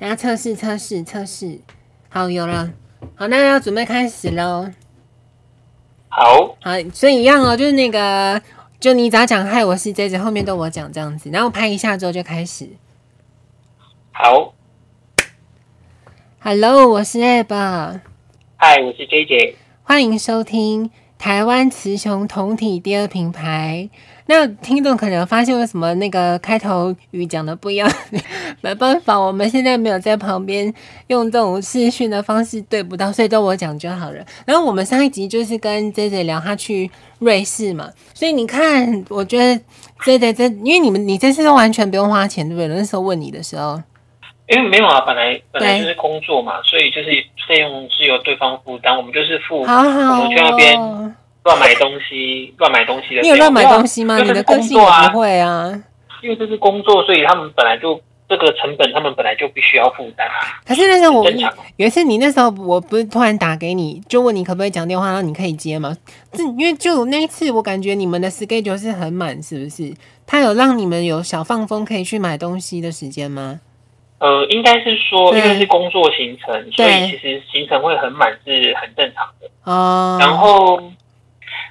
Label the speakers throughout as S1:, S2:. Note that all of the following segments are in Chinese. S1: 家测试测试测试，好有了，好，那要准备开始喽。
S2: 好，
S1: 好，所以一样哦，就是那个，就你只要讲嗨，我是 J J，后面都我讲这样子，然后拍一下之后就开始。
S2: 好，
S1: Hello，我是 Ab，
S2: 嗨，我是 J J。
S1: 欢迎收听台湾雌雄同体第二品牌。那听众可能发现为什么那个开头语讲的不一样， 没办法，我们现在没有在旁边用这种视讯的方式对不到，所以都我讲就好了。然后我们上一集就是跟 J J 聊他去瑞士嘛，所以你看，我觉得 J J 这，因为你们你这次都完全不用花钱，对不对？那时候问你的时候，
S2: 因为没有啊，本来本来就是工作嘛，所以就是费用是由对方负担，我们就是付
S1: 好好、哦，
S2: 我们去那边乱买东西、乱买东西的费用。
S1: 你有乱买东西吗？
S2: 因
S1: 你
S2: 为这
S1: 的
S2: 是
S1: 个
S2: 工
S1: 性
S2: 作
S1: 也
S2: 啊
S1: 不，会啊。
S2: 因为这是工作，所以他们本来就这个成本，他们本来就必须要负担啊。
S1: 可是那时候我
S2: 很正常
S1: 有一次，你那时候我不是突然打给你，就问你可不可以讲电话，然后你可以接吗？这因为就那一次，我感觉你们的 schedule 是很满，是不是？他有让你们有小放风可以去买东西的时间吗？
S2: 呃，应该是说，
S1: 对
S2: 因为是工作行程，所
S1: 对
S2: 以其实行程会很满是很正常的。
S1: 哦，
S2: 然后，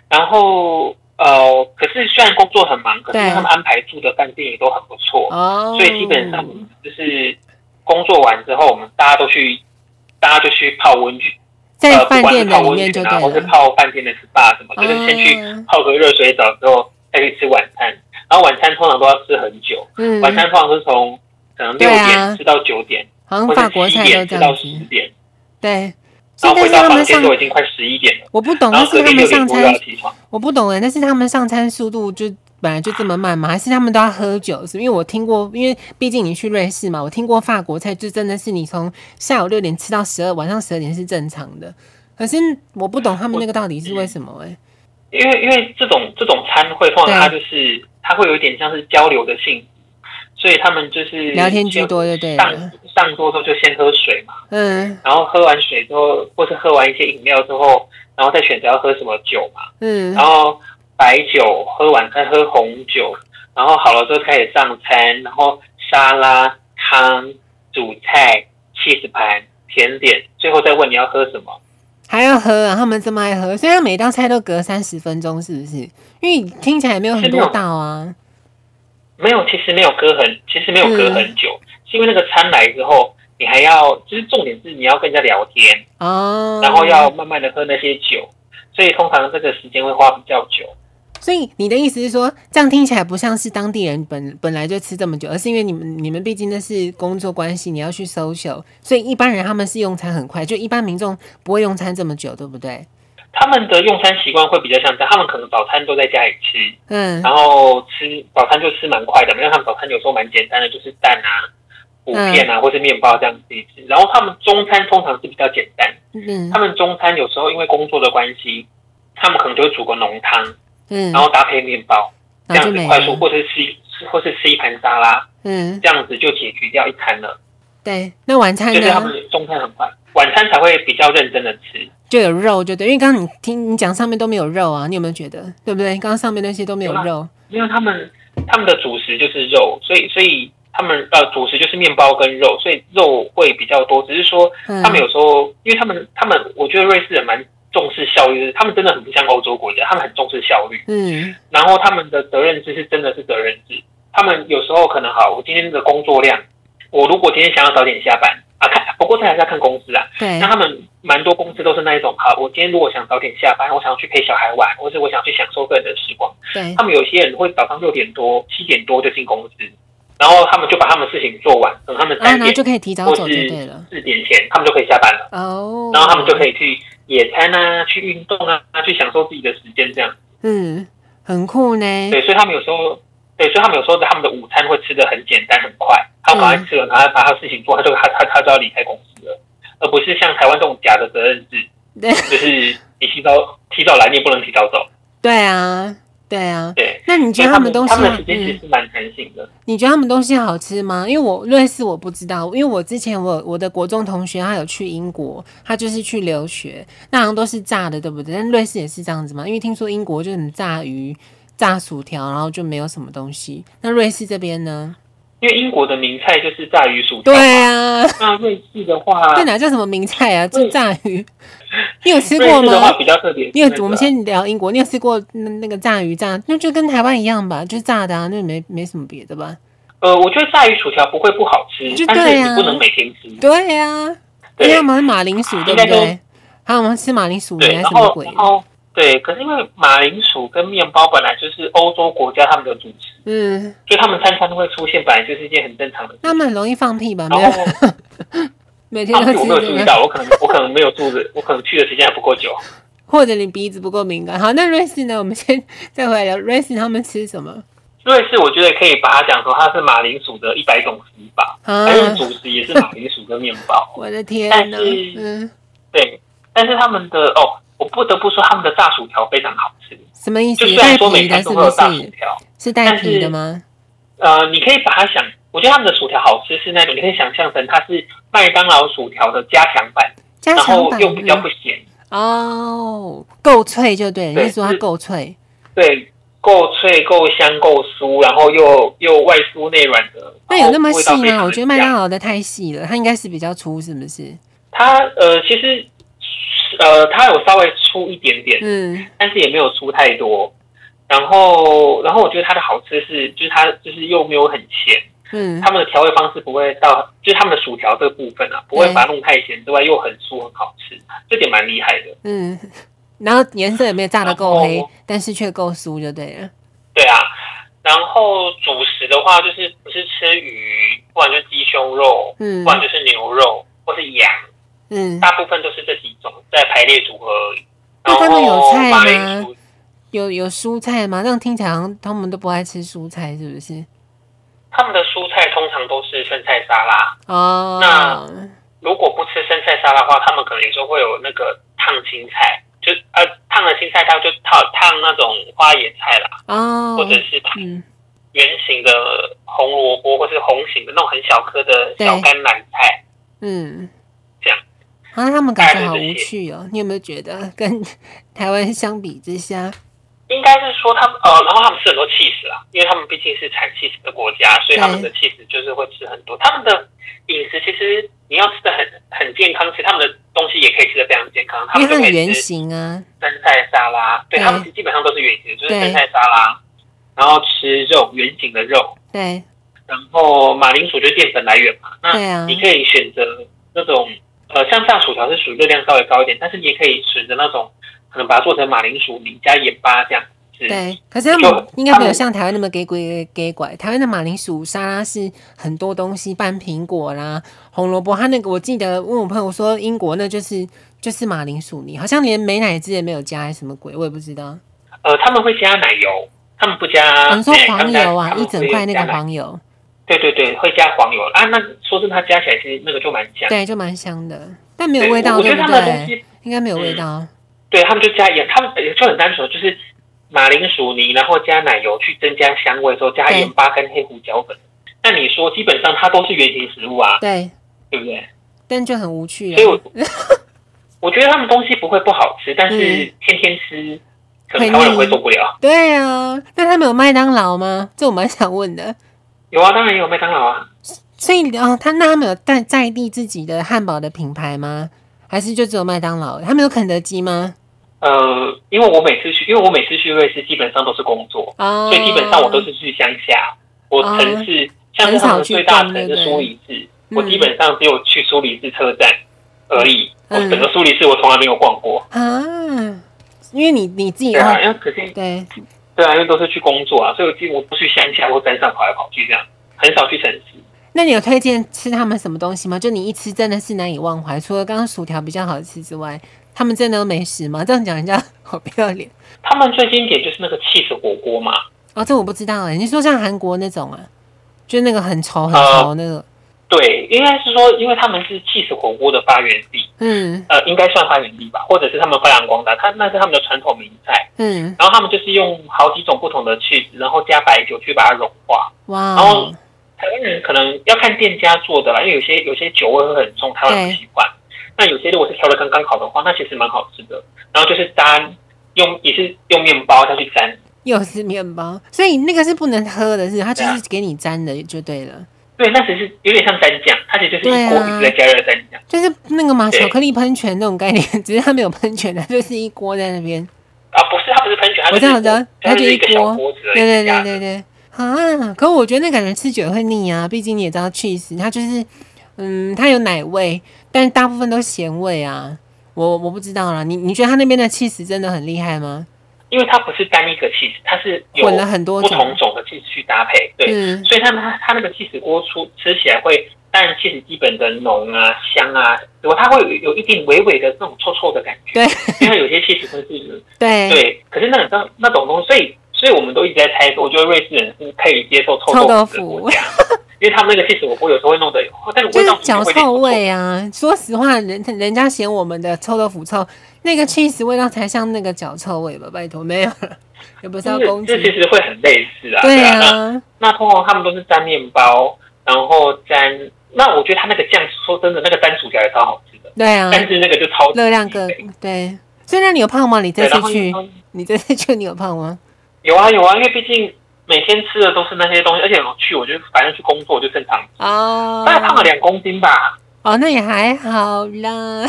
S2: 然后呃，可是虽然工作很忙，可是
S1: 对
S2: 他们安排住的饭店也都很不错。
S1: 哦，
S2: 所以基本上就是工作完之后，我们大家都去，大家就去泡温泉，
S1: 在
S2: 呃，不
S1: 饭
S2: 管是
S1: 店的
S2: 泡
S1: 里
S2: 温
S1: 面
S2: 泉
S1: 就
S2: 啊，
S1: 对
S2: 或是
S1: 了。
S2: 泡饭店的 SPA 什么，就是先去
S1: 哦
S2: 泡个热水澡之后再去吃晚餐，然后晚餐通常都要吃很久，
S1: 嗯，
S2: 晚餐通常是从可能
S1: 对
S2: 六
S1: 啊
S2: 点吃到九点，
S1: 好像
S2: 或
S1: 法国
S2: 者七
S1: 菜都
S2: 点
S1: 这
S2: 吃到
S1: 样
S2: 十
S1: 子，
S2: 点，
S1: 对。
S2: 然
S1: 所以但
S2: 后回
S1: 是
S2: 到
S1: 他
S2: 房
S1: 们
S2: 间
S1: 上，
S2: 都已经快十一点了，
S1: 我不懂，
S2: 然
S1: 但
S2: 后隔
S1: 是他们
S2: 天六点
S1: 上
S2: 多又要
S1: 餐
S2: 起床。
S1: 我不懂哎，但是他们上餐速度就本来就这么慢吗？还是他们都要喝酒？是不是因为我听过，因为毕竟你去瑞士嘛，我听过法国菜就真的是你从下午六点吃到十二，晚上十二点是正常的。可是我不懂他们那个到底是为什么哎、
S2: 因为因为这种这种餐会放，
S1: 对啊
S2: 它就是它会有一点像是交流的性质，所以他们就是
S1: 聊天居多就对
S2: 上
S1: 了。
S2: 上桌之后就先喝水嘛，
S1: 嗯
S2: 然后喝完水之后，或是喝完一些饮料之后，然后再选择要喝什么酒嘛，
S1: 嗯
S2: 然，后白酒喝完再喝红酒，然后好了之后开始上餐，然后沙拉、汤、主菜、cheese 盘、甜点，最后再问你要喝什么。
S1: 还要喝啊，他们这么爱喝，所以他每道菜都隔三十分钟，是不是？因为听起来也没有很多道啊。
S2: 没有，其实没有隔很，其实没有隔
S1: 嗯
S2: 很久，是因为那个餐来之后，你还要，就是重点是你要跟人家聊天，
S1: 哦，
S2: 然后要慢慢的喝那些酒，所以通常这个时间会花比较久。
S1: 所以你的意思是说，这样听起来不像是当地人本本来就吃这么久，而是因为你们你们毕竟那是工作关系，你要去 social，所以一般人他们是用餐很快，就一般民众不会用餐这么久，对不对？
S2: 他们的用餐习惯会比较像这样，他们可能早餐都在家里吃，
S1: 嗯
S2: 然后吃早餐就吃蛮快的，因为他们早餐有时候蛮简单的，就是蛋啊、
S1: 嗯
S2: 薯片啊，或是面包这样自己吃。然后他们中餐通常是比较简单，
S1: 嗯
S2: 他们中餐有时候因为工作的关系，他们可能就会煮个浓汤，
S1: 嗯，
S2: 然后搭配面包。这
S1: 然后
S2: 样
S1: 就
S2: 子
S1: 没
S2: 快速，
S1: 了。
S2: 或是吃一吃或是吃一盘沙拉，
S1: 嗯，
S2: 这样子就解决掉一餐了。
S1: 对。那晚餐
S2: 就是他
S1: 呢，
S2: 们中餐很快，晚餐才会比较认真的吃。
S1: 就有肉，就对，因为刚刚你听你讲上面都没有肉啊，你有没有觉得，对不对？刚刚上面那些都没有
S2: 有啊
S1: 肉，
S2: 因为他们他们的主食就是肉，所以所以他们呃主食就是面包跟肉，所以肉会比较多。只是说
S1: 嗯
S2: 啊他们有时候，因为他们他们，我觉得瑞士人蛮重视效率，就是他们真的很不像欧洲国家，他们很重视效率。
S1: 嗯
S2: 然后他们的责任制是真的是责任制，他们有时候可能好，我今天的工作量，我如果今天想要早点下班啊，看不过这还是要看公司啊。
S1: 对
S2: 那，他们蛮多公司都是那一种，好，我今天如果想早点下班，我想要去陪小孩玩，或是我想去享受个人的时光，
S1: 对
S2: 他们有些人会早上六点多、七点多就进公司，然后他们就把他们事情做完，等他们
S1: 啊，
S2: 三
S1: 然后
S2: 点
S1: 就可以提早
S2: 或
S1: 走就是对了。
S2: 四点前，他们就可以下班了，
S1: 哦，
S2: 然后他们就可以去野餐啊，去运动啊，去享受自己的时间这样。
S1: 嗯，很酷呢。
S2: 对，所以他们有时候，对，所以他们有时候他们的午餐会吃的很简单很快，他赶快吃了，然后把他事情做，他就他他他就要离开公司了，而不是像台湾这种假的责任制，
S1: 对
S2: 就是你提早提早来，你也不能提早走，
S1: 对啊，对啊。
S2: 对。
S1: 那你觉得
S2: 所以他
S1: 他们东西
S2: 他们的
S1: 好
S2: 时间其
S1: 嗯
S2: 实是蛮弹性的，
S1: 你觉得他们东西好吃吗？因为我瑞士我不知道，因为我之前我我的国中同学他有去英国，他就是去留学，那好像都是炸的，对不对？但瑞士也是这样子嘛，因为听说英国就是什么炸鱼、炸薯条，然后就没有什么东西。那瑞士这边呢？
S2: 因为英国的名菜就是炸鱼薯条。
S1: 对啊，
S2: 那瑞士的话，
S1: 这哪叫什么名菜啊？这
S2: 对
S1: 炸鱼，你有吃
S2: 瑞
S1: 过
S2: 士的话
S1: 吗？
S2: 比较特别是
S1: 你
S2: 那
S1: 有
S2: 个、？
S1: 我们先聊英国，你有吃过那那个炸鱼炸？那就跟台湾一样吧，就是炸的啊，那没没什么别的吧？
S2: 呃，我觉得炸鱼薯条不会不好吃
S1: 就，
S2: 但
S1: 对
S2: 是
S1: 啊
S2: 你不能每天吃。
S1: 对啊，因为
S2: 对
S1: 他们是马铃薯，对不
S2: 应该
S1: 对？还有我们吃马铃薯泥
S2: 对，
S1: 还
S2: 然
S1: 是什么
S2: 后
S1: 鬼
S2: 然？后对，可是因为马铃薯跟面包本来就是欧洲国家他们的主食，
S1: 嗯，
S2: 所以他们餐餐都会出现，本来就是一件很正常的事。
S1: 那他们很容易放屁吧？
S2: 然
S1: 没有，
S2: 后
S1: 每天
S2: 上
S1: 都
S2: 次我
S1: 吃这
S2: 没有注意
S1: 个，
S2: 到，我可能我可能没有住的，我可能去的时间还不够久。
S1: 或者你鼻子不够敏感。好，那瑞士呢？我们先再回来聊瑞士他们吃什么
S2: 瑞士我觉得可以把它讲说它是马铃薯的一百种死法，
S1: 啊
S2: 但？是主食也是马铃薯跟面包。
S1: 我的天哪！
S2: 哎但是
S1: 嗯，
S2: 对，但是他们的哦，我不得不说他们的炸薯条非常好吃，
S1: 什么意思
S2: 就？虽
S1: 带
S2: 然说
S1: 皮
S2: 每
S1: 的
S2: 餐
S1: 是
S2: 都会
S1: 不
S2: 有炸薯
S1: 是？
S2: 条，
S1: 是带皮的吗？
S2: 呃，你可以把它想，我觉得他们的薯条好吃是那种，你可以想象成它是麦当劳薯条的加强版，
S1: 加
S2: 然
S1: 强
S2: 后
S1: 版
S2: 又比较
S1: 嗯
S2: 不咸，
S1: 哦，够脆就对了，
S2: 对
S1: 你是说它
S2: 是
S1: 够脆？
S2: 对，够脆、够香、够酥，然后又又外酥内软的。
S1: 那有那么
S2: 然
S1: 细
S2: 后味道非常
S1: 吗？
S2: 的
S1: 我觉得麦
S2: 香
S1: 当劳的太细了，它应该是比较粗，是不是？
S2: 它呃，其实呃，它有稍微粗一点点，
S1: 嗯，
S2: 但是也没有粗太多。然后，然后我觉得它的好吃是，就是它就是又没有很咸，
S1: 嗯，
S2: 他们的调味方式不会到，就是他们的薯条这个部分啊，不会
S1: 对
S2: 把它弄太咸之外，又很酥很好吃，这点蛮厉害的。
S1: 嗯， 然后颜色也没有炸得够
S2: 然
S1: 黑
S2: 后，
S1: 但是却够酥就对了。
S2: 对啊，然后主食的话就是不是吃鱼，不然就是鸡胸肉，
S1: 嗯
S2: 不然就是牛肉或是羊，
S1: 嗯，
S2: 大部分都是这几种在排列组合而已。
S1: 那
S2: 然
S1: 他们有
S2: 后
S1: 菜
S2: 马
S1: 吗
S2: 铃薯
S1: 有有蔬菜吗？这样听起来好像他们都不爱吃蔬菜，是不是？
S2: 他们的蔬菜通常都是生菜沙拉，
S1: 哦
S2: 那，如果不吃生菜沙拉的话，他们可能有时候会有那个烫青菜，就呃烫了青菜，它就烫烫那种花椰菜啦，
S1: 哦
S2: 或，者是烫
S1: 嗯
S2: 圆形的红萝卜，或是红形的那种很小颗的小
S1: 对
S2: 甘蓝菜。
S1: 嗯，
S2: 这样。
S1: 啊，他们感觉
S2: 大概
S1: 好
S2: 就这
S1: 无
S2: 些
S1: 趣哦。你有没有觉得跟 台湾相比之下，
S2: 应该是说他们呃，然后他们吃很多 cheese 啦，因为他们毕竟是产 cheese 的国家，所以他们的 cheese 就是会吃很多。他们的饮食其实你要吃的很很健康，其实他们的东西也可以吃的非常健康，他
S1: 因
S2: 们
S1: 为它
S2: 就可
S1: 很
S2: 以
S1: 圆
S2: 吃
S1: 形啊，
S2: 生菜沙拉，对
S1: 对
S2: 他们基本上都是圆形，就是
S1: 对
S2: 生菜沙拉，然后吃肉圆形的肉，
S1: 对
S2: 然后马铃薯就是淀粉来源嘛，
S1: 对
S2: 那
S1: 啊，
S2: 你可以选择那种呃，像炸薯条是属于热量稍微高一点，但是你也可以选择那种可能把它做成马铃薯泥加盐巴这样吃。
S1: 对。可是他们
S2: 就
S1: 应该没
S2: 他
S1: 有
S2: 们
S1: 像台湾那么给鬼给拐。台湾的马铃薯沙拉是很多东西拌苹果啦、红萝卜，他那个我记得问我朋友说，英国那就是就是马铃薯泥，好像连美乃滋也没有加，还是什么鬼，我也不知道。
S2: 呃，他们会加奶油，他们不加。哎
S1: 我们说
S2: 奶
S1: 黄油啊，一整块那。个
S2: 他们会加奶
S1: 黄油，
S2: 对对对，会加黄油啊。那说真的，它加起来其实那个就蛮香。
S1: 对，就蛮香的，但没
S2: 对，
S1: 有味道，
S2: 我我觉
S1: 对
S2: 得
S1: 不
S2: 他们的
S1: 对？
S2: 东西，嗯
S1: 应该没有味道。
S2: 对他们就加盐，他们呃就很单纯，就是马铃薯泥，然后加奶油去增加香味，之后加
S1: 对
S2: 盐巴跟黑胡椒粉。那你说，基本上它都是原型食物啊，
S1: 对，
S2: 对不对？
S1: 但就很无趣
S2: 所以我
S1: 啊，
S2: 我觉得他们东西不会不好吃，但是
S1: 嗯
S2: 天天吃，可
S1: 会
S2: 能台湾人
S1: 腻
S2: 会受不了。
S1: 对啊，那他们有麦当劳吗？这我蛮想问的。
S2: 有啊，当然也有麦当劳啊。
S1: 所以哦，他那他们有在在地自己的汉堡的品牌吗？还是就只有麦当劳？他们有肯德基吗？
S2: 呃，因为我每次去，因为我每次去瑞士基本上都是工作，
S1: 哦，
S2: 所以基本上我都是去乡下。我城市、像是他们最大城市苏黎世，
S1: 嗯
S2: 我基本上只有去苏黎世车站而已。
S1: 嗯
S2: 我整个苏黎世我从来没有逛过。
S1: 啊，因为你你自己
S2: 对啊，
S1: 哦，
S2: 因为可是
S1: 对，
S2: 对啊，因为都是去工作啊，所以我几乎不去乡下或山上跑来跑去这样，很少去城市。
S1: 那你有推荐吃他们什么东西吗？就你一吃真的是难以忘怀，除了刚刚薯条比较好吃之外，他们真的有美食吗？这样讲人家好不要脸
S2: 他们最经典就是那个 cheese 火锅嘛，
S1: 哦，这我不知道哎、你说像韩国那种啊，就那个很稠很
S2: 呃
S1: 稠那个，
S2: 对，应该是说，因为他们是 cheese 火锅的发源地，
S1: 嗯
S2: 呃，应该算发源地吧，或者是他们发扬光大，他那是他们的传统名菜。
S1: 嗯，
S2: 然后他们就是用好几种不同的 cheese，然后加白酒去把它融化。
S1: 哇
S2: 然后
S1: 哦，
S2: 台湾人可能要看店家做的啦，因为有些有些酒味会很重，台湾人不习惯。那有些如果是调的刚刚好的话，那其实蛮好吃的。然后就是沾，用也是用面包下去沾，
S1: 又是面包，所以那个是不能喝的是，它就是给你沾的就对了。
S2: 对，啊那只是有点像蘸酱，它其实就是一
S1: 对
S2: 锅
S1: 啊
S2: 鱼再加热蘸酱。
S1: 就是那个嘛，
S2: 对
S1: 巧克力喷泉那种概念， 只是它没有喷泉，它就是一锅在那边。
S2: 啊，不是，它不是喷泉，它
S1: 我
S2: 就
S1: 知道，我
S2: 是
S1: 知道，它
S2: 它
S1: 就
S2: 就是
S1: 一
S2: 一个小
S1: 锅
S2: 锅子，而已
S1: 对对
S2: 这
S1: 对
S2: 样
S1: 对对。啊，可我觉得那感觉吃久了会腻啊，毕竟你也知道 cheese 它就是，嗯，它有奶味，但大部分都咸味啊。我我不知道啦，你你觉得它那边的 cheese 真的很厉害吗？
S2: 因为它不是单一个 cheese，它是有
S1: 混了很多
S2: 不同
S1: 种，
S2: 种的 cheese 去搭配，对，
S1: 嗯，
S2: 所以他们它它那个 cheese 锅出吃起来会，当然 cheese 基本的浓啊、香啊，如果它会有有一点微微的那种臭臭的感觉，
S1: 对，
S2: 因为有些 cheese 它是
S1: 对，
S2: 对，可是那种那种东西，所以所以我们都一直在猜说，我觉得瑞士人是可以接受臭
S1: 臭豆
S2: 豆腐的
S1: 腐
S2: 国家，因为他们那个 cheese 火锅有时候会弄得，但是
S1: 就
S2: 味
S1: 是
S2: 道
S1: 脚
S2: 会有点
S1: 臭味啊！说实话，人人家嫌我们的臭豆腐臭，那个 cheese 味道才像那个脚臭味吧？拜托，没有，也不是要攻击
S2: 这。其实会很类似啊，
S1: 对
S2: 啊，那
S1: 啊，
S2: 那通常他们都是沾面包，然后沾。那我觉得他那个酱，说真的，那个沾薯条也超好吃的，
S1: 对啊，
S2: 但是那个就超级
S1: 热量更对。所以那你有胖吗？你
S2: 对
S1: 这
S2: 然
S1: 次
S2: 后
S1: 去，你这次去你有胖吗？
S2: 有啊有啊，因为毕竟每天吃的都是那些东西，而且我去我就反正去工作就正常，
S1: 哦
S2: 大概胖了两公斤吧。
S1: 哦，那也还好啦。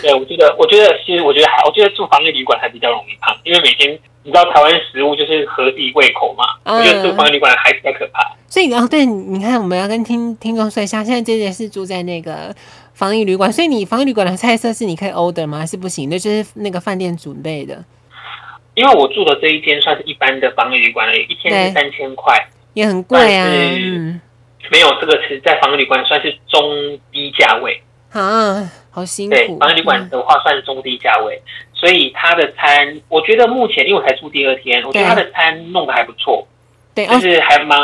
S2: 对，我觉得我觉得其实我觉得还我觉得住防疫旅馆还比较容易胖，因为每天你知道台湾食物就是合地胃口嘛，
S1: 嗯
S2: 我觉得住防疫旅馆还比较可怕。
S1: 所以哦，对，你你看，我们要跟听听众说一下，现在这姐是住在那个防疫旅馆，所以你防疫旅馆的菜色是你可以 order 吗？还是不行的？就是那个饭店准备的，
S2: 因为我住的这一间算是一般的防疫旅馆而已，一天是
S1: 对
S2: 三千块，
S1: 也很贵啊。
S2: 但是
S1: 嗯。
S2: 没有这个是在防疫旅馆算是中低价位。
S1: 啊，好辛
S2: 对
S1: 苦。，嗯
S2: 防疫旅馆的话算是中低价位，所以它的餐，我觉得目前因为我才住第二天，我觉
S1: 对
S2: 得它的餐弄得还不错，
S1: 对
S2: 就
S1: 哦，
S2: 是还蛮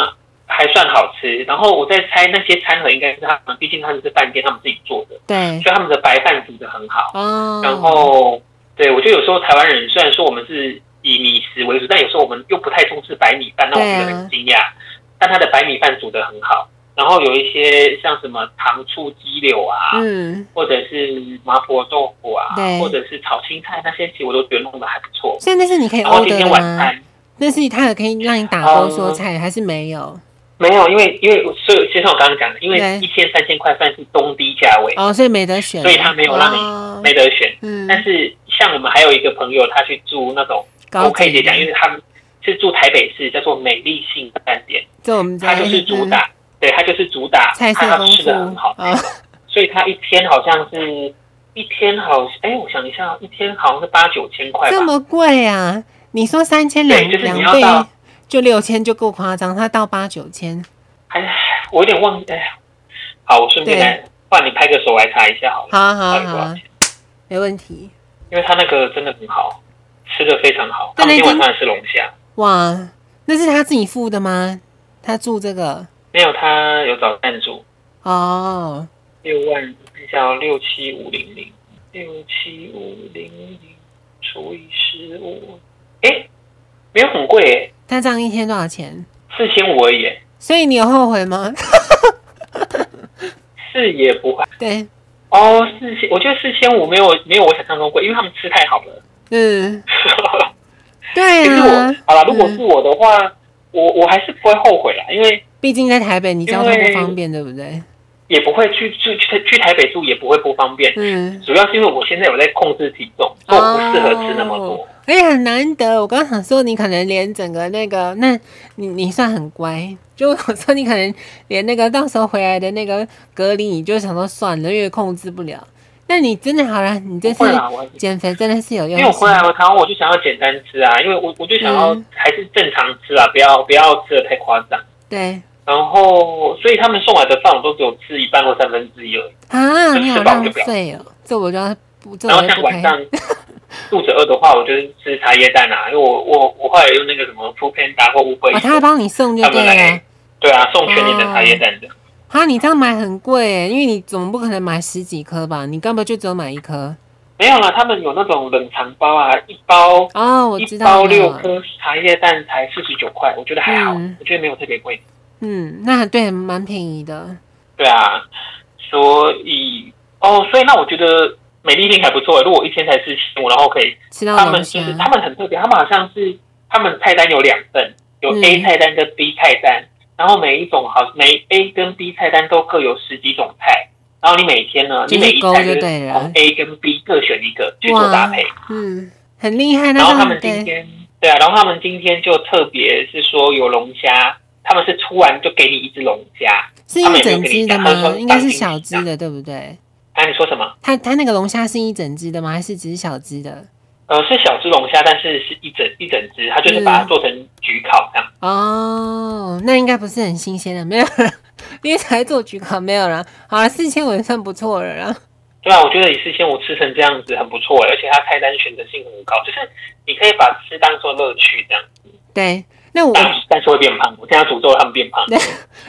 S2: 还算好吃。然后我在猜那些餐盒应该是他们，毕竟他们是饭店，他们自己做的，
S1: 对
S2: 所以他们的白饭煮的很好。
S1: 哦，
S2: 然后，对我觉得有时候台湾人虽然说我们是以米食为主，但有时候我们又不太重视白米饭，那我觉得
S1: 对啊
S2: 很惊讶。但它的白米饭煮的很好，然后有一些像什么糖醋鸡柳啊，
S1: 嗯，
S2: 或者是麻婆豆腐啊
S1: 对，
S2: 或者是炒青菜那些，其实我都觉得弄得还不错。
S1: 所以那是你可以
S2: 然后今
S1: order
S2: 天
S1: 的
S2: 晚
S1: 吗？
S2: 餐
S1: 那是他也可以让你打勾说菜，还是没有？
S2: 没有，因为因为所以就像我刚刚讲的，因为
S1: 对
S2: 一天三千块算是中低价位，
S1: 哦，所以没得选，
S2: 所以他没有让你
S1: 哦
S2: 没得选。
S1: 嗯，
S2: 但是像我们还有一个朋友，他去住那种，
S1: 高
S2: 我可以
S1: 级
S2: 直接讲，因为他们是住台北市，叫做美丽信饭店，
S1: 这我们在
S2: 它就是主打，对，它就是主打，
S1: 嗯嗯菜色
S2: 它
S1: 丰
S2: 吃
S1: 富
S2: 的很好，
S1: 啊，
S2: 所以他一天好像是。一天好像，哎，我想一下，一天好像是八九千块吧，
S1: 这么贵啊？你说三千
S2: 对
S1: 两
S2: 就是
S1: 两
S2: 你要
S1: 倍
S2: 到
S1: 就六千就够夸张，他到八九千，
S2: 哎，我有点忘，哎，好，我顺便来，不然你拍个手来查一下好了，
S1: 好啊好
S2: 到
S1: 啊
S2: 底
S1: 好
S2: 多少
S1: 啊
S2: 钱？
S1: 没问题。
S2: 因为他那个真的很好，吃的非常好。他
S1: 但
S2: 们
S1: 那
S2: 今晚
S1: 间
S2: 上也吃龙虾，
S1: 哇，那是他自己付的吗？他住这个
S2: 没有他有找赞助，
S1: 哦，
S2: 六万，看一下哦，六七五零零，六七五零零除以十五，哎，没有很贵耶，
S1: 他这样一天多少钱？
S2: 四千五而已耶，
S1: 所以你有后悔吗？
S2: 是也不会
S1: 对，
S2: 哦，四千，我觉得四千五没有没有我想象中贵，因为他们吃太好了。
S1: 嗯， 对
S2: 其实我
S1: 啊，
S2: 好啦，如果
S1: 嗯
S2: 是我的话，我我还是不会后悔啦，因为
S1: 毕竟在台北，你交通
S2: 因
S1: 不
S2: 为
S1: 方便，对不对？
S2: 也不会去去去去台北住，也不会不方便。
S1: 嗯，
S2: 主要是因为我现在有在控制体重，所以我不适合吃那么多。
S1: 哦而且很难得，我刚刚想说，你可能连整个那个，那你你算很乖。就我说，你可能连那个到时候回来的那个隔离，你就想说算了，因为控制不了。那你真的好了，你这
S2: 不
S1: 次
S2: 会啦，我还是
S1: 减肥真的是有用
S2: 因
S1: 心。
S2: 为我啊回来我台湾，我就想要简单吃啊，因为我我就想要
S1: 嗯
S2: 还是正常吃啊，不要不要吃的太夸张。
S1: 对
S2: 然后，所以他们送来的饭我都只有吃一半或三分之一而已。
S1: 啊，
S2: 就
S1: 你好
S2: 吃饱就
S1: 浪
S2: 不要
S1: 费哦，这我就要不，这
S2: 然
S1: 我
S2: 后
S1: 就
S2: 像
S1: 不
S2: 晚
S1: 开。
S2: 上肚子饿的话，我就是吃茶叶蛋啊，因为我我我后来用那个什么 f o o p a n d a 或 Uber
S1: 哦，他会
S2: Eats，
S1: 帮你哦送就
S2: 他
S1: 对
S2: 们
S1: 了
S2: 来。对啊，送全年的茶叶蛋的。
S1: 啊，你这样买很贵耶，因为你总不可能买十几颗吧？你根本就只有买一颗。
S2: 没有啦，他们有那种冷藏包啊，一包
S1: 哦，我知
S2: 一
S1: 道
S2: 包六
S1: 了。
S2: 颗茶叶蛋才四十九块，我觉得还好，
S1: 嗯
S2: 我觉得没有特别贵。
S1: 嗯，那对，蛮便宜的。
S2: 对啊，所以哦，所以那我觉得美丽令还不错。如果一天才四千五，然后可以，
S1: 吃到
S2: 他
S1: 龙
S2: 们就是他
S1: 虾，
S2: 们很特别，他们好像是他们菜单有两份，有
S1: 嗯
S2: A 菜单跟 B 菜单，然后每一种好每 A 跟 B 菜单都各有十几种菜，然后你每天呢，
S1: 就
S2: 你
S1: 是
S2: 每一
S1: 勾
S2: 菜
S1: 就是对了
S2: 从 A 跟 B 各选一个去做搭配。
S1: 嗯，很厉害。那
S2: 然后
S1: 他
S2: 他们
S1: 们
S2: 今
S1: 对，
S2: 天对啊，然后他们今天就特别是说有龙虾，他们是突然就给你一只龙虾。
S1: 是
S2: 他们
S1: 一
S2: 也没有
S1: 整
S2: 给
S1: 只
S2: 你
S1: 的
S2: 讲他
S1: 吗？
S2: 说
S1: 应该是
S2: 当地
S1: 小
S2: 人
S1: 只的，对不对？
S2: 啊，你说什么？
S1: 它它那个龙虾是一整只的吗？还是只是小只的？
S2: 呃，是小只龙虾，但是是一整一整只，它就是把它
S1: 嗯
S2: 做成焗烤这样。
S1: 哦，那应该不是很新鲜的，没有啦，因为才做焗烤没有啦。好了，四千五也算不错了啦。
S2: 对啊，我觉得李四鲜我吃成这样子很不错，而且它菜单选择性很高，就是你可以把吃当做乐趣这样。
S1: 对，那我
S2: 但但是会变胖，我现在诅咒他们变胖。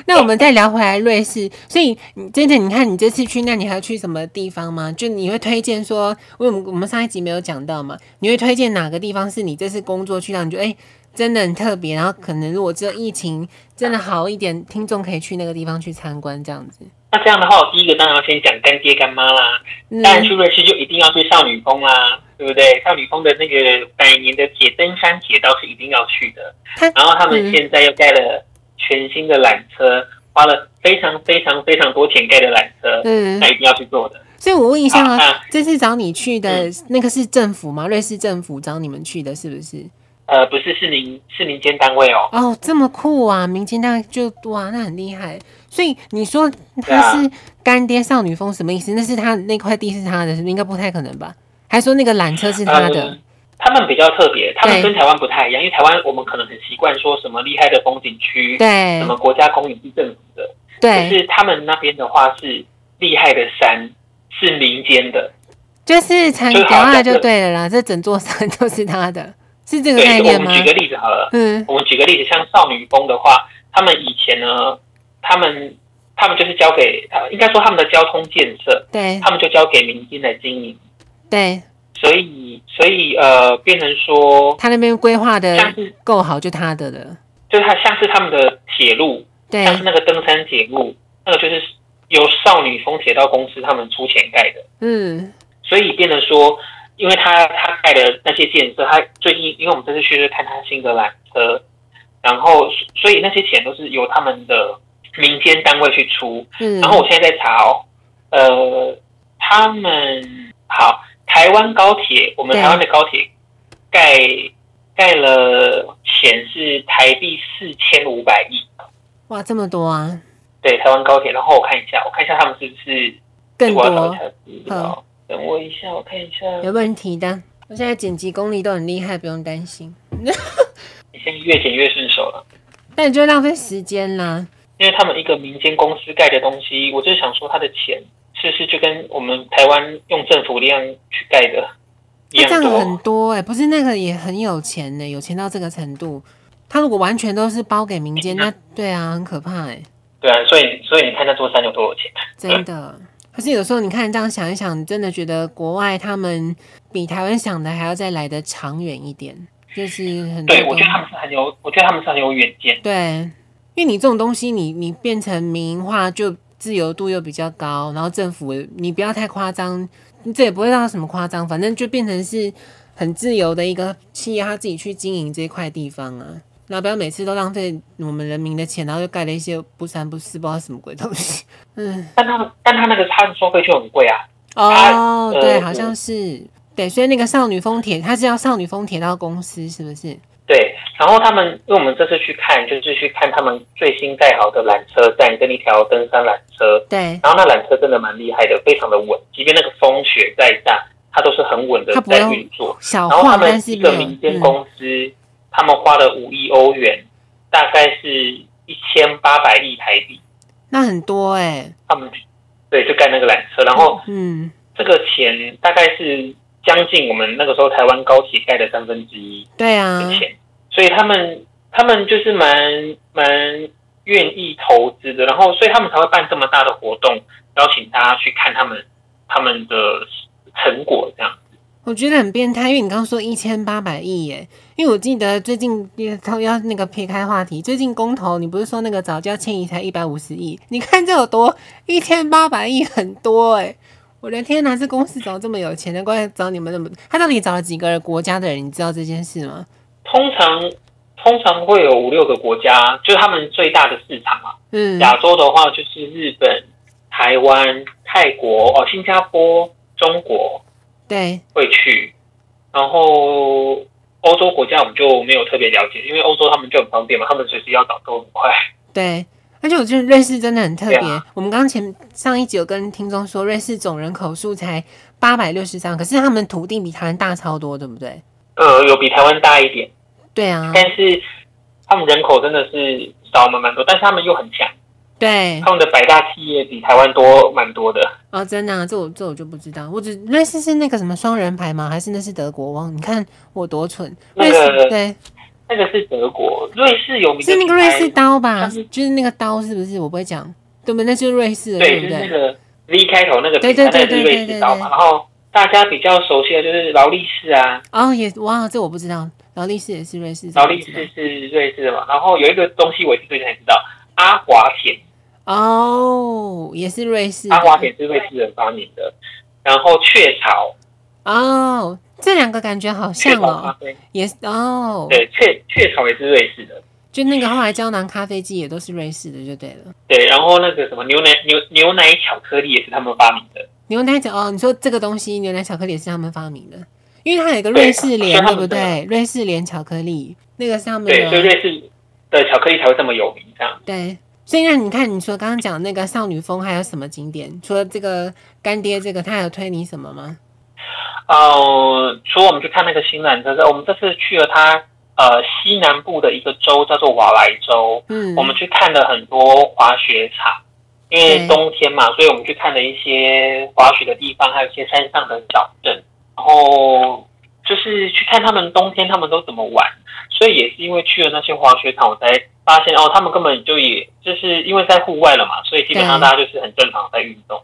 S1: 那我们再聊回来瑞士，所以你真的，你看你这次去，那你还要去什么地方吗？就你会推荐说，因为我们我们上一集没有讲到嘛，你会推荐哪个地方是你这次工作去到你觉得哎、真的很特别，然后可能如果这疫情真的好一点，听众可以去那个地方去参观这样子。
S2: 那这样的话，我第一个当然要先讲干爹干妈啦。
S1: 嗯
S2: 当然去瑞士就一定要去少女峰啦，对不对？少女峰的那个百年的铁登山铁道是一定要去的
S1: 它。
S2: 然后他
S1: 嗯
S2: 们现在又盖了全新的缆车，花了非常非常非常多钱盖的缆车，
S1: 嗯
S2: 那，一定要去做的。
S1: 所以我问一下
S2: 好
S1: 啊
S2: 那，
S1: 这次找你去的那个是政府吗？瑞士政府找你们去的，是不是？
S2: 呃，不是是民是民间单位哦，
S1: 哦，这么酷啊！民间大概就哇，那很厉害。所以你说
S2: 对
S1: 他
S2: 啊
S1: 是干爹少女峰什么意思？那是他那块地是他的，是不是？应该不太可能吧？还说那个缆车是他的，
S2: 嗯他们比较特别，他们
S1: 对
S2: 跟台湾不太一样，因为台湾我们可能很习惯说什么厉害的风景区，
S1: 对
S2: 什么国家公园是政府的，可
S1: 对，
S2: 是他们那边的话是厉害的山是民间的，
S1: 就是长
S2: 就好
S1: 条啊，
S2: 像
S1: 就是对了啦。这整座山 都是他的，是这个概
S2: 对，我
S1: 念
S2: 们
S1: 吗
S2: 举？个例子好了，
S1: 嗯，
S2: 我们举个例子，像少女峰的话，他们以前呢，他们他们就是交给，呃应该说他们的交通建设，
S1: 对
S2: 他们就交给民间来经营，
S1: 对，
S2: 所以所以呃，变成说，
S1: 他那边规划
S2: 像
S1: 的
S2: 是
S1: 够好，就他的了。
S2: 就是它像是他们的铁路，
S1: 对
S2: 像是那个登山铁路，那个就是由少女峰铁道公司他们出钱盖的，
S1: 嗯，
S2: 所以变成说。因为他他盖的那些建设，他最近因为我们这次去就是看他新的缆车，然后所以那些钱都是由他们的民间单位去出，
S1: 是。
S2: 然后我现在在查哦，呃，他们好，台湾高铁，我们
S1: 对
S2: 台湾的高铁盖盖了钱是台币四千五百亿，
S1: 哇，这么多啊，
S2: 对，台湾高铁。然后我看一下，我看一下他们是不是
S1: 更
S2: 我要找一
S1: 多
S2: 下资料，哦等我一下，我看一下，
S1: 有问题的。我现在剪辑功力都很厉害，不用担心。
S2: 你现在越剪越顺手了。
S1: 但你就浪费时间啦。
S2: 因为他们一个民间公司盖的东西，我就想说他的钱是不是就跟我们台湾用政府力量去盖的一
S1: 那这
S2: 样
S1: 样很
S2: 多？
S1: 多哎、不是那个也很有钱呢、有钱到这个程度。他如果完全都是包给民
S2: 哎
S1: 间，那对啊，很可怕哎、
S2: 对啊，所以所以你看那座山有多有钱。
S1: 真的。可是有时候你看这样想一想，真的觉得国外他们比台湾想的还要再来的长远一点，就是很多
S2: 对，我
S1: 东
S2: 觉得他们是很有，我觉得他们是很有远见。
S1: 对，因为你这种东西你，你变成民营化，就自由度又比较高，然后政府也你不要太夸张，这也不会让它什么夸张，反正就变成是很自由的一个企业，他自己去经营这块地方啊。然后不要每次都浪费我们人民的钱，然后就盖了一些不三不四、不知道什么鬼东西。 嗯，
S2: 但他们，但他那个他的收费就很贵啊。
S1: 哦，
S2: 呃
S1: 对，
S2: 我
S1: 好像是对，所以那个少女风铁，它是叫少女风铁道公司，是不是？
S2: 对，然后他们，因为我们这次去看，就是去看他们最新盖好的缆车站跟一条登山缆车，
S1: 对，
S2: 然后那缆车真的蛮厉害的，非常的稳，即便那个风雪再大，它都是很稳的
S1: 它不
S2: 在
S1: 用
S2: 运作。
S1: 小
S2: 然后他
S1: 晃，
S2: 们
S1: 但是
S2: 一
S1: 没
S2: 个
S1: 有。
S2: 民间
S1: 嗯
S2: 公司，他们花了五亿欧元，大概是一千八百亿台币，
S1: 那很多哎、
S2: 他们对就盖那个缆车，然后
S1: 嗯，
S2: 这个钱大概是将近我们那个时候台湾高铁盖的三分之一
S1: 对
S2: 的
S1: 啊，
S2: 钱，所以他们他们就是蛮蛮愿意投资的，然后所以他们才会办这么大的活动，邀请大家去看他们他们的成果这样。
S1: 我觉得很变态，因为你刚刚说一千八百亿耶，因为我记得最近要要那个撇开话题，最近公投你不是说那个早教迁移才一百五十亿？你看这有多一千八百亿，很多哎！我的天哪，这公司怎么这么有钱？难怪找你们那么……他到底找了几个国家的人？你知道这件事吗？
S2: 通常通常会有五六个国家，就是他们最大的市场啊。
S1: 嗯
S2: 亚洲的话就是日本、台湾、泰国哦，新加坡、中国
S1: 对，
S2: 会去，然后欧洲国家我们就没有特别了解，因为欧洲他们就很方便嘛，他们随时要找都很快。
S1: 对，而且我觉得瑞士真的很特别。
S2: 对
S1: 我们刚前上一集有跟听众说，瑞士总人口数才八百六十三，可是他们土地比台湾大超多，对不对？
S2: 呃，有比台湾大一点，
S1: 对啊，
S2: 但是他们人口真的是少我们蛮多，但是他们又很强，
S1: 对，
S2: 他们的百大企业比台湾多蛮多的。
S1: 哦，真的、啊，这我这我就不知道。我只瑞士是那个什么双人牌吗？还是那是德国？忘，你看我多蠢。瑞
S2: 那
S1: 士、
S2: 个
S1: 对，
S2: 那个是德国，瑞士有名的
S1: 是那个
S2: 品
S1: 瑞
S2: 牌
S1: 士刀吧？
S2: 它是
S1: 就是那个刀，是不是？我不会讲，对不对？那就是瑞士的，
S2: 对，
S1: 不
S2: 就是那
S1: 对？
S2: 个 V 开头那个
S1: 对对
S2: 品
S1: 对
S2: 牌，那个是
S1: 对对
S2: 瑞
S1: 对
S2: 士刀
S1: 对
S2: 嘛。然后大家比较熟悉的就是劳力士啊，
S1: 哦，也哇，这我不知道。劳力士也是瑞士，这
S2: 劳
S1: 我
S2: 力
S1: 知道
S2: 士是瑞士的嘛。然后有一个东西我也是最近才知道，阿华田，
S1: 哦，也是瑞士的。
S2: 阿华田是瑞士人发明的。然后雀巢，
S1: 哦，这两个感觉好
S2: 雀
S1: 像
S2: 巢咖
S1: 哦，
S2: 啡，
S1: 也是哦，
S2: 对，雀雀巢也是瑞士的。
S1: 就那个后来胶囊咖啡机也都是瑞士的，就对了。
S2: 对，然后那个什么牛奶牛牛奶巧克力也是他们发明的，
S1: 牛奶巧哦，你说这个东西牛奶巧克力也是他们发明的，因为它有一个瑞士莲，
S2: 对
S1: 对不
S2: 是他
S1: 对？瑞士莲巧克力那个是他们
S2: 对，所以
S1: 的，
S2: 瑞士的巧克力才会这么有名，这样。
S1: 对。所以那你看，你说刚刚讲那个少女峰还有什么景点？除了这个干爹这个，他还有推你什么吗？
S2: 呃，所以我们就看那个新南车站，我们这次去了它呃西南部的一个州叫做瓦莱州，
S1: 嗯，
S2: 我们去看了很多滑雪场，因为
S1: 对
S2: 冬天嘛，所以我们去看了一些滑雪的地方，还有一些山上的小镇，然后就是去看他们冬天他们都怎么玩，所以也是因为去了那些滑雪场，我才发现哦，他们根本就也就是因为在户外了嘛，所以基本上
S1: 对
S2: 大家就是很正常在运动。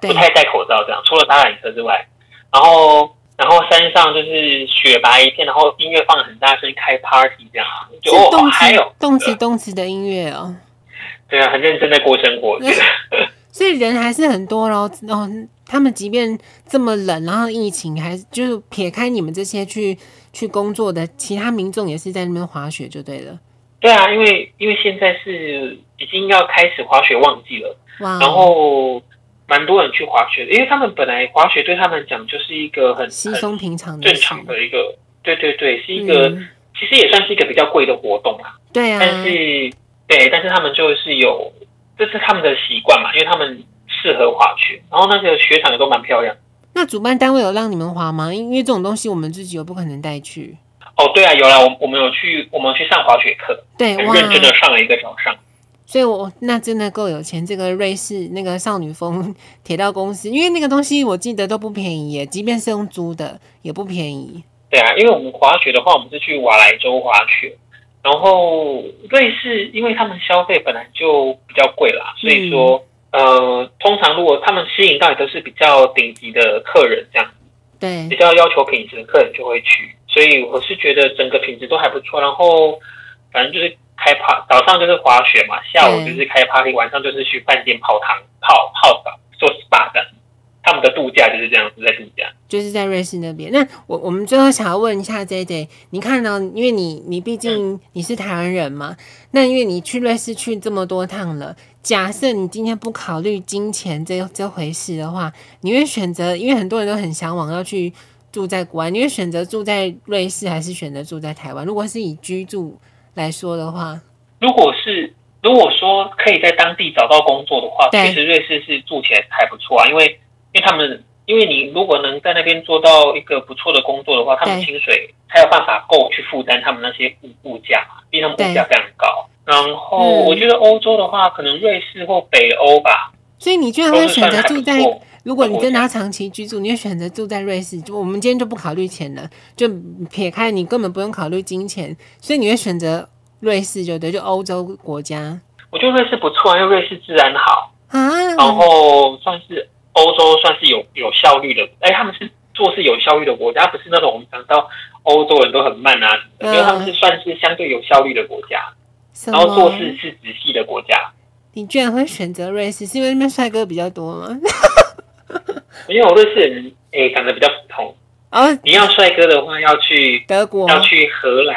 S1: 对
S2: 不太戴口罩这样，除了搭缆车之外，然后然后山上就是雪白一片，然后音乐放得很大声，开 party 这样，就是哦好
S1: 动
S2: 嗨
S1: 词
S2: 哦，
S1: 动词动词的音乐哦。
S2: 对啊，很认真在过生活，我
S1: 嗯
S2: 觉得
S1: 所以人还是很多咯。哦，他们即便这么冷，然后疫情还是就是撇开你们这些去去工作的其他民众，也是在那边滑雪就对了。
S2: 对啊，因为因为现在是已经要开始滑雪旺季了，
S1: 哇哦，
S2: 然后蛮多人去滑雪的，因为他们本来滑雪对他们讲就是一个很
S1: 稀
S2: 很
S1: 松平常的
S2: 正
S1: 事，
S2: 常的一个，对对对，是一个、
S1: 嗯、
S2: 其实也算是一个比较贵的活动啊。
S1: 对啊，
S2: 但是对，但是他们就是有，这是他们的习惯嘛，因为他们适合滑雪，然后那个雪场也都蛮漂亮。
S1: 那主办单位有让你们滑吗？因因为这种东西我们自己又不可能带去。
S2: 哦，对啊，有啦，我我们有去，我们有去上滑雪课，
S1: 对，
S2: 很
S1: 哎哇，
S2: 认真的上了一个早上。
S1: 所以我那真的够有钱。这个瑞士那个少女峰铁道公司，因为那个东西我记得都不便宜耶，即便是用租的也不便宜。
S2: 对啊，因为我们滑雪的话，我们是去瓦莱州滑雪，然后瑞士，因为他们消费本来就比较贵啦，所以说，呃，通常如果他们吸引到也都是比较顶级的客人这样。
S1: 对
S2: 比，较要求品质的客人就会去，所以我是觉得整个品质都还不错。然后反正就是开趴，早上就是滑雪嘛，下午就是开 party，晚上就是去饭店泡汤、泡泡澡、做 SPA 的。他们的度假就是这样子在度假。
S1: 就是在瑞士那边。那我我们最后想要问一下 J J，你看到、因为你你毕
S2: 嗯
S1: 竟你是台湾人嘛，那因为你去瑞士去这么多趟了，假设你今天不考虑金钱这这回事的话，你会选择？因为很多人都很向往要去住在国外，你会选择住在瑞士，还是选择住在台湾？如果是以居住来说的话，
S2: 如果是如果说可以在当地找到工作的话，
S1: 对
S2: 其实瑞士是住起来还不错啊，因为因为他们因为你如果能在那边做到一个不错的工作的话，他们
S1: 对
S2: 薪水才有办法够去负担他们那些物物价嘛，因为他们物价非常高。然后
S1: 嗯
S2: 我觉得欧洲的话，可能瑞士或北欧吧，
S1: 所以你居然
S2: 都
S1: 会
S2: 是
S1: 选
S2: 算
S1: 择
S2: 还
S1: 住
S2: 不
S1: 在
S2: 错。
S1: 如果你真的要长期居住，你就选择住在瑞士。就我们今天就不考虑钱了，就撇开你根本不用考虑金钱，所以你会选择瑞士就对，就欧洲国家
S2: 我觉得瑞士不错啊，因为瑞士治安好，
S1: 啊。
S2: 然后算是欧洲算是有有效率的，哎，他们是做事有效率的国家，不是那种我们讲到欧洲人都很慢啊，因为他们是算是相对有效率的国家，
S1: 什
S2: 然哦后做
S1: 么？
S2: 事是仔细的国家。
S1: 你居然会选择瑞士，是因为那边帅哥比较多 吗？
S2: 因为我认识人，哎，长得比较普通。
S1: 哦，
S2: 你要帅哥的话，要去
S1: 德国
S2: 要去荷兰、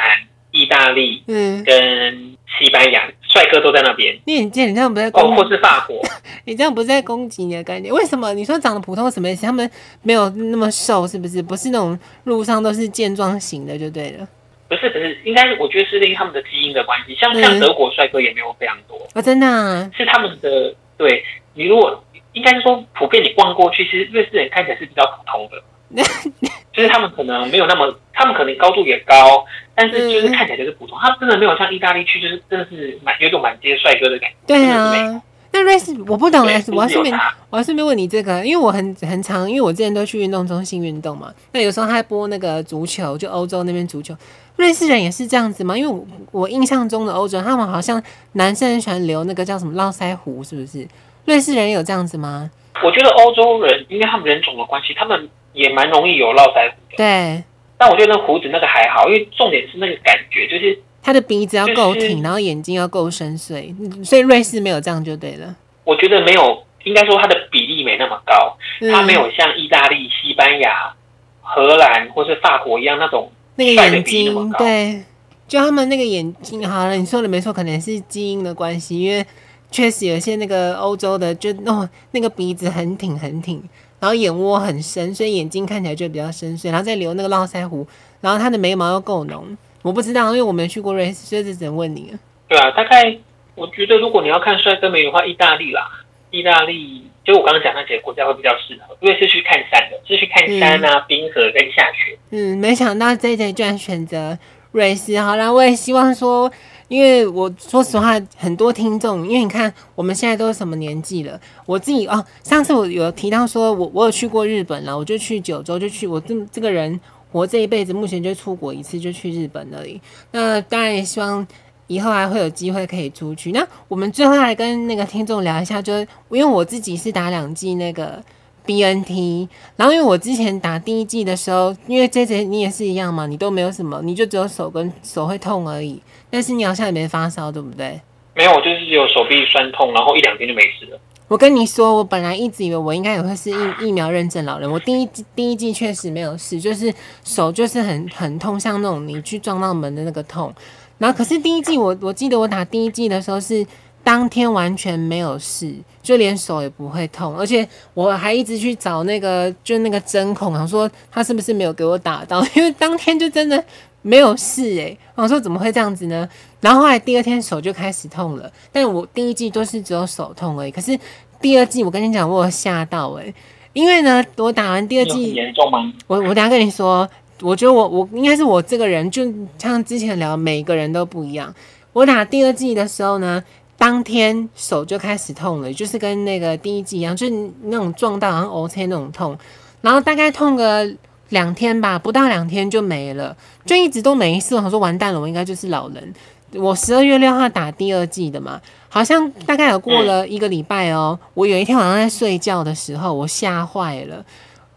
S2: 意大利、
S1: 嗯，
S2: 跟西班牙，帅哥都在那边
S1: 你你这你这样不在
S2: 哦，
S1: 攻，
S2: 或是法国。
S1: 你这样不是在攻击你的概念？为什么你说长得普通什么意思？他们没有那么瘦，是不是？不是那种路上都是健壮型的就对了。
S2: 不是不是，应该我觉得是因为他们的基因的关系，像
S1: 嗯
S2: 像德国帅哥也没有非常多，
S1: 哦，真的、啊，
S2: 是他们的对。你如果应该是说普遍你逛过去，其实瑞士人看起来是比较普 通的，就是他们可能没有那么，他们可能高度也高，但是就是
S1: 嗯
S2: 看起来就是普通，他们真的没有像意大利区就是真的是满有种满街帅哥的感觉，
S1: 对
S2: 真的
S1: 啊。那瑞士我不懂哎、
S2: 对
S1: 我要
S2: 就是
S1: 顺
S2: 有
S1: 便
S2: 啊差
S1: 我要顺便问你这个，因为我很很常，因为我之前都去运动中心运动嘛，那有时候他播那个足球，就欧洲那边足球，瑞士人也是这样子吗？因为我我印象中的欧洲人，他们好像男生很喜欢留那个叫什么络腮胡，是不是？瑞士人有这样子吗？
S2: 我觉得欧洲人因为他们人种的关系，他们也蛮容易有络腮胡的，
S1: 对，
S2: 但我觉得那胡子那个还好，因为重点是那个感觉，就是
S1: 他的鼻子要够
S2: 就是
S1: 挺，然后眼睛要够深邃，嗯所以瑞士没有这样就对了。
S2: 我觉得没有，应该说它的比例没那么高，
S1: 嗯
S2: 它没有像意大利、西班牙、荷兰或是法国一样那种。
S1: 那个
S2: 帅的
S1: 眼
S2: 比例那么
S1: 睛，
S2: 高
S1: 对，就他们那个眼睛，好了，你说的没错，可能是基因的关系，因为确实有些那个欧洲的就哦，那个鼻子很挺很挺，然后眼窝很深，所以眼睛看起来就比较深邃，然后再留那个络腮胡，然后他的眉毛又够浓。我不知道，因为我没有去过瑞士，所以这只能问你了。
S2: 对啊，大概我觉得如果你要看帅哥美女的话，意大利啦，意大利就我刚刚讲那几个国家会比较适合，因为是去看山的，是去看山啊、冰河跟下雪。
S1: 嗯，没想到 J J 居然选择瑞士。好啦，我也希望说，因为我说实话，很多听众，因为你看我们现在都什么年纪了，我自己哦，上次我有提到说我我有去过日本了，我就去九州，就去我这这个人活这一辈子，目前就出国一次，就去日本而已。那当然也希望。以后还会有机会可以出去。那我们最后来跟那个听众聊一下，就是因为我自己是打两剂那个 BNT，然后因为我之前打第一季的时候，因为 J J 你也是一样嘛，你都没有什么，你就只有手跟手会痛而已。但是你好像也没发烧，对不对？
S2: 没有，我就是只有手臂酸痛，然后一两天就没事了。
S1: 我跟你说，我本来一直以为我应该也会是疫疫苗认证老人。我第一季第一季确实没有事，就是手就是很很痛，像那种你去撞到门的那个痛。然后可是第一季我我记得我打第一季的时候是当天完全没有事，就连手也不会痛，而且我还一直去找那个就那个针孔，想说他是不是没有给我打到，因为当天就真的没有事诶、我想说怎么会这样子呢？然后后来第二天手就开始痛了，但我第一季都是只有手痛而已，可是第二季我跟你讲我有吓到诶、因为呢我打完第二
S2: 你有很
S1: 季
S2: 严重吗？
S1: 我我等一下跟你说，我觉得我我应该是我这个人，就像之前聊，每个人都不一样。我打第二季的时候呢，当天手就开始痛了，就是跟那个第一季一样，就是那种撞到然后 O K 那种痛，然后大概痛个两天吧，不到两天就没了，就一直都没事。我想说完蛋了，我应该就是老人。我十二月六号打第二季的嘛，好像大概有过了一个礼拜哦。我有一天晚上在睡觉的时候，我吓坏了。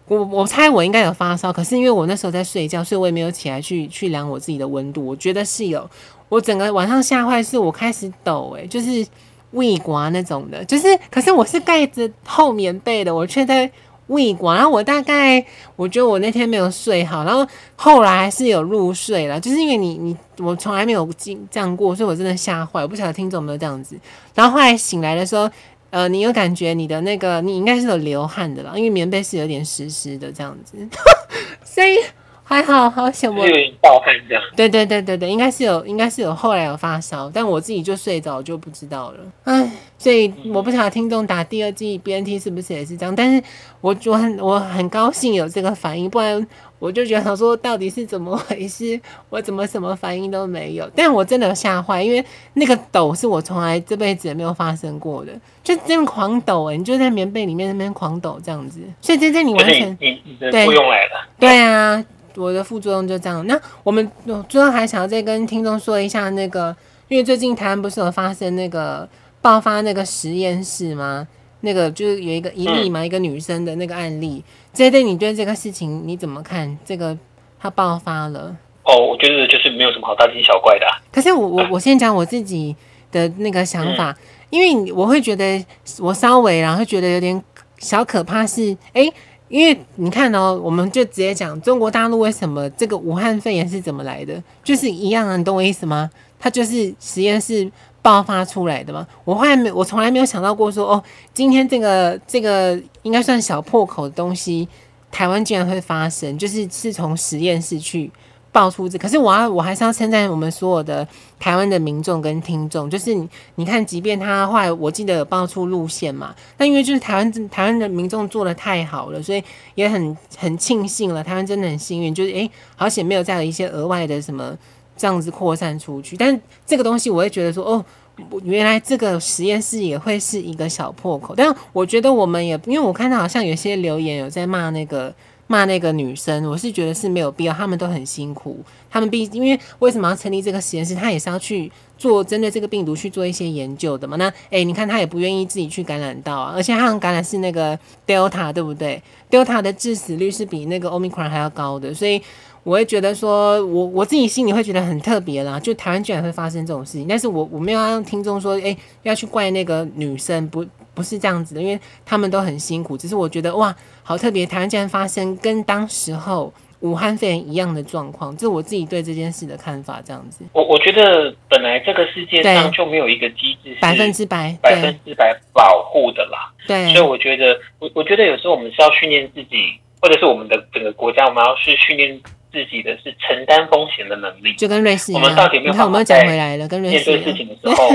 S1: 我我猜我应该有发烧，可是因为我那时候在睡觉，所以我也没有起来去去量我自己的温度。我觉得是有，我整个晚上吓坏，是我开始抖、欸，就是胃刮那种的，就是可是我是盖着厚棉被的，我却在胃刮。然后我大概我觉得我那天没有睡好，然后后来还是有入睡了，就是因为你你我从来没有经这样过，所以我真的吓坏。我不晓得听众有没有这样子。然后后来醒来的时候，呃，你有感觉你的那个，你应该是有流汗的啦，因为棉被是有点湿湿的这样子， 所以还好，好险
S2: 就
S1: 我
S2: 是有点暴汗这样。
S1: 对对对对对，应该是有，应该是有后来有发烧，但我自己就睡着，我就不知道了。唉，所以我不晓得听众打第二季 BNT 是不是也是这样，但是我我很我很高兴有这个反应，不然我就觉得想说到底是怎么回事，我怎么什么反应都没有。但我真的有吓坏，因为那个抖是我从来这辈子也没有发生过的，就真的狂抖、欸，你就在棉被里面那边狂抖这样子。所以这这你
S2: 就
S1: 完
S2: 是
S1: 全
S2: 你你你的
S1: 对
S2: 作用来了，
S1: 对啊，我的副作用就这样。那我们最后还想要再跟听众说一下那个，因为最近台湾不是有发生那个爆发那个实验室吗？那个就是有一个一例嘛，一个女生的那个案例。这对你对这个事情你怎么看？这个它爆发了。
S2: 哦，我觉得就是没有什么好大惊小怪的啊、
S1: 可是我我我先讲我自己的那个想法，因为你我会觉得我稍微然后会觉得有点小可怕是，诶，因为你看哦，我们就直接讲中国大陆为什么这个武汉肺炎是怎么来的，就是一样啊，你懂我意思吗？它就是实验室爆发出来的嘛。我后来没，我从来没有想到过说，哦，今天这个这个应该算小破口的东西，台湾竟然会发生，就是是从实验室去爆出这。可是我要，我还是要称赞我们所有的台湾的民众跟听众，就是你你看，即便他后来我记得有爆出路线嘛，但因为就是台湾台湾的民众做的太好了，所以也很很庆幸了，台湾真的很幸运，就是诶、好险没有再有一些额外的什么这样子扩散出去。但这个东西我会觉得说，哦，我原来这个实验室也会是一个小破口。但我觉得我们也，因为我看到好像有些留言有在骂那个。骂那个女生，我是觉得是没有必要，他们都很辛苦，他们毕因为为什么要成立这个实验室，他也是要去做针对这个病毒去做一些研究的嘛。那诶，你看他也不愿意自己去感染到啊，而且他好像感染是那个 Delta，对不对？Delta 的致死率是比那个 Omicron 还要高的，所以我会觉得说，我我自己心里会觉得很特别啦，就台湾居然会发生这种事情，但是我我没有要让听众说，诶，要去怪那个女生，不不是这样子的，因为他们都很辛苦，只是我觉得哇，好特别，台湾竟然发生跟当时候。武汉肺炎一样的状况，这是我自己对这件事的看法，这样子。
S2: 我我觉得本来这个世界
S1: 对
S2: 上就没有一个机制是
S1: 百分之百，
S2: 百分
S1: 对嗯
S2: 之百保护的啦，所以
S1: 对
S2: 我觉得，我我觉得有时候我们是要训练自己，或者是我们的整个国家，我们要去训练自己的是承担风险的能力。
S1: 就跟瑞士一
S2: 我
S1: 样
S2: 们到底，有没
S1: 你
S2: 有
S1: 看我们又
S2: 好好
S1: 讲
S2: 在
S1: 回来了，跟瑞
S2: 面
S1: 士
S2: 对
S1: 一
S2: 事
S1: 样，
S2: 情的时候，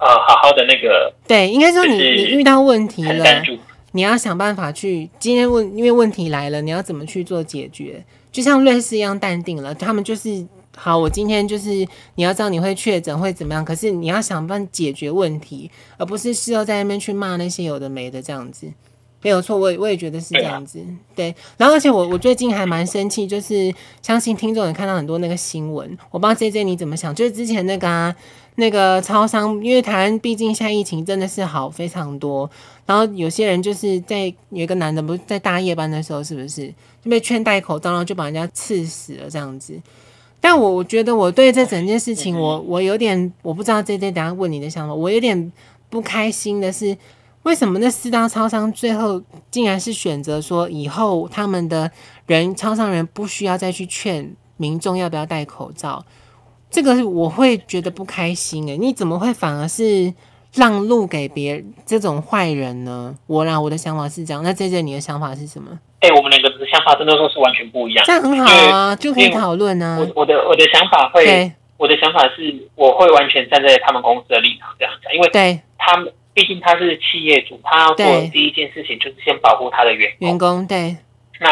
S2: 呃，好好的那个
S1: 对，应该说你
S2: 就是
S1: 你遇到问题
S2: 承
S1: 了，
S2: 担住。
S1: 你要想办法去今天问，因为问题来了，你要怎么去做解决？就像瑞士一样淡定了，他们就是好，我今天就是你要知道你会确诊会怎么样，可是你要想办法解决问题，而不是事后在那边去骂那些有的没的这样子。没有错，我也我也觉得是这样子，对。然后，而且我我最近还蛮生气，就是相信听众也看到很多那个新闻，我不知道 J J 你怎么想，就是之前那个、啊、那个超商，因为台湾毕竟现在疫情真的是好非常多，然后有些人就是在有一个男的，不是在大夜班的时候，是不是就被劝戴口罩，然后就把人家刺死了这样子。但我我觉得我对这整件事情，我我有点我不知道 J J 等一下问你的想法，我有点不开心的是，为什么那四大超商最后竟然是选择说以后他们的人超商人不需要再去劝民众要不要戴口罩？这个是我会觉得不开心诶、欸你怎么会反而是让路给别人这种坏人呢？我啦，我的想法是这样。那 J J 你的想法是什么？
S2: 哎、我们两个的想法真的都是完全不一样
S1: 这。样很好啊，就可以讨论啊
S2: 我。我的我的想法会，
S1: 对
S2: 我的想法是，我会完全站在他们公司的立场这样讲，因为
S1: 对，
S2: 他们毕竟他是企业主，他要做
S1: 对
S2: 的第一件事情就是先保护他的员工
S1: 员。工对
S2: 那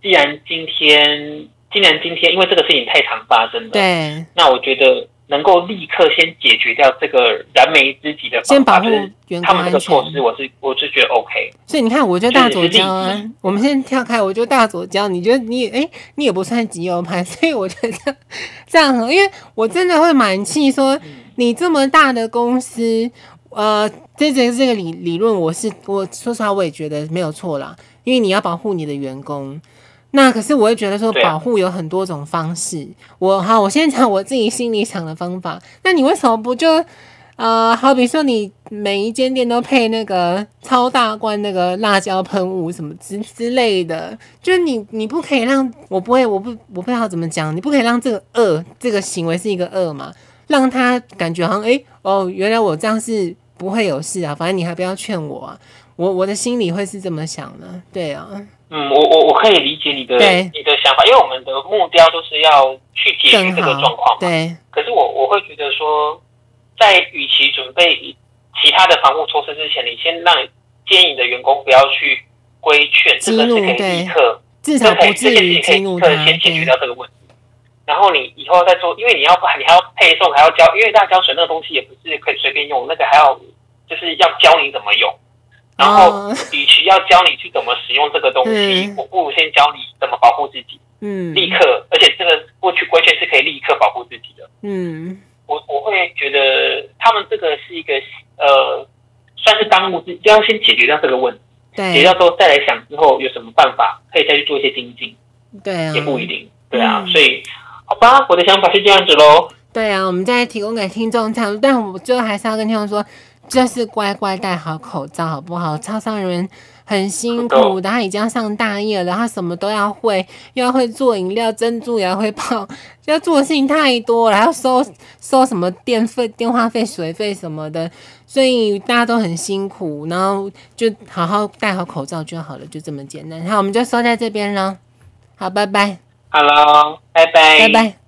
S2: 既然今天，既然今天，因为这个事情太常发生了，
S1: 对，
S2: 那我觉得能够立刻先解决掉这个燃眉之急的
S1: 先保
S2: 方法，
S1: 护
S2: 就是
S1: 员
S2: 他
S1: 工安
S2: 们这个措施，
S1: 全。
S2: 我是我是觉得 OK。
S1: 所以你看，我就大左
S2: 就是利益
S1: 交啊。我们先跳开，我就大左交。你觉得你哎、你也不算极右派， 所以我觉得这样这样很，因为我真的会蛮气说
S2: 嗯
S1: 你这么大的公司，呃，这这这个理理论，我是我说实话，我也觉得没有错啦，因为你要保护你的员工。那可是我会觉得说，
S2: 对啊
S1: 保护有很多种方式。我好，我先讲我自己心里想的方法。那你为什么不就呃，好比说你每一间店都配那个超大罐那个辣椒喷雾什么之之类的，就是你你不可以让我不会，我不我不知道怎么讲，你不可以让这个恶这个行为是一个恶嘛，让他感觉好像诶哦，原来我这样是不会有事啊，反正你还不要劝我啊，我我的心里会是这么想的，对啊，
S2: 嗯，我我我可以理解你的
S1: 对
S2: 你的想法，因为我们的目标都是要去解决
S1: 更
S2: 这个
S1: 好
S2: 状况。
S1: 对
S2: 可是我我会觉得说，在与其准备其他的防护措施之前，你先让建议你的员工不要去规劝，这
S1: 激
S2: 个是
S1: 怒
S2: 可以
S1: 对
S2: 立刻，
S1: 至
S2: 这
S1: 少
S2: 可以
S1: 不
S2: 这
S1: 至
S2: 件事
S1: 于
S2: 情可以
S1: 激怒
S2: 立
S1: 他，
S2: 刻先解决
S1: 对
S2: 掉这个问题。然后你以后再做，因为你要你还要配送，还要教，因为辣椒水那个东西也不是可以随便用，那个还要就是要教你怎么用。然后，
S1: 哦
S2: 与其要教你去怎么使用这个东西，
S1: 嗯
S2: 我不如先教你怎么保护自己，
S1: 嗯
S2: 立刻，而且这个过去规劝是可以立刻保护自己的。
S1: 嗯，
S2: 我我会觉得他们这个是一个呃，算是当务之，就要先解决掉这个问题，解决
S1: 对
S2: 掉之后再来想之后有什么办法可以再去做一些精进，
S1: 对啊，
S2: 也不一定，对啊，
S1: 嗯
S2: 所以好吧，我的想法是这样子喽，
S1: 对啊，我们再提供给听众这样，但我最后还是要跟听众说，就是乖乖戴好口罩，好不好？超商人员很辛苦的，他已经要上大业了，他什么都要会，又要会做饮料，珍珠也要会泡，要做的事情太多了，还要收收什么电费、电话费、水费什么的，所以大家都很辛苦，然后就好好戴好口罩就好了，就这么简单。好，我们就收在这边了，好，拜拜，
S2: Hello，拜拜，
S1: 拜拜。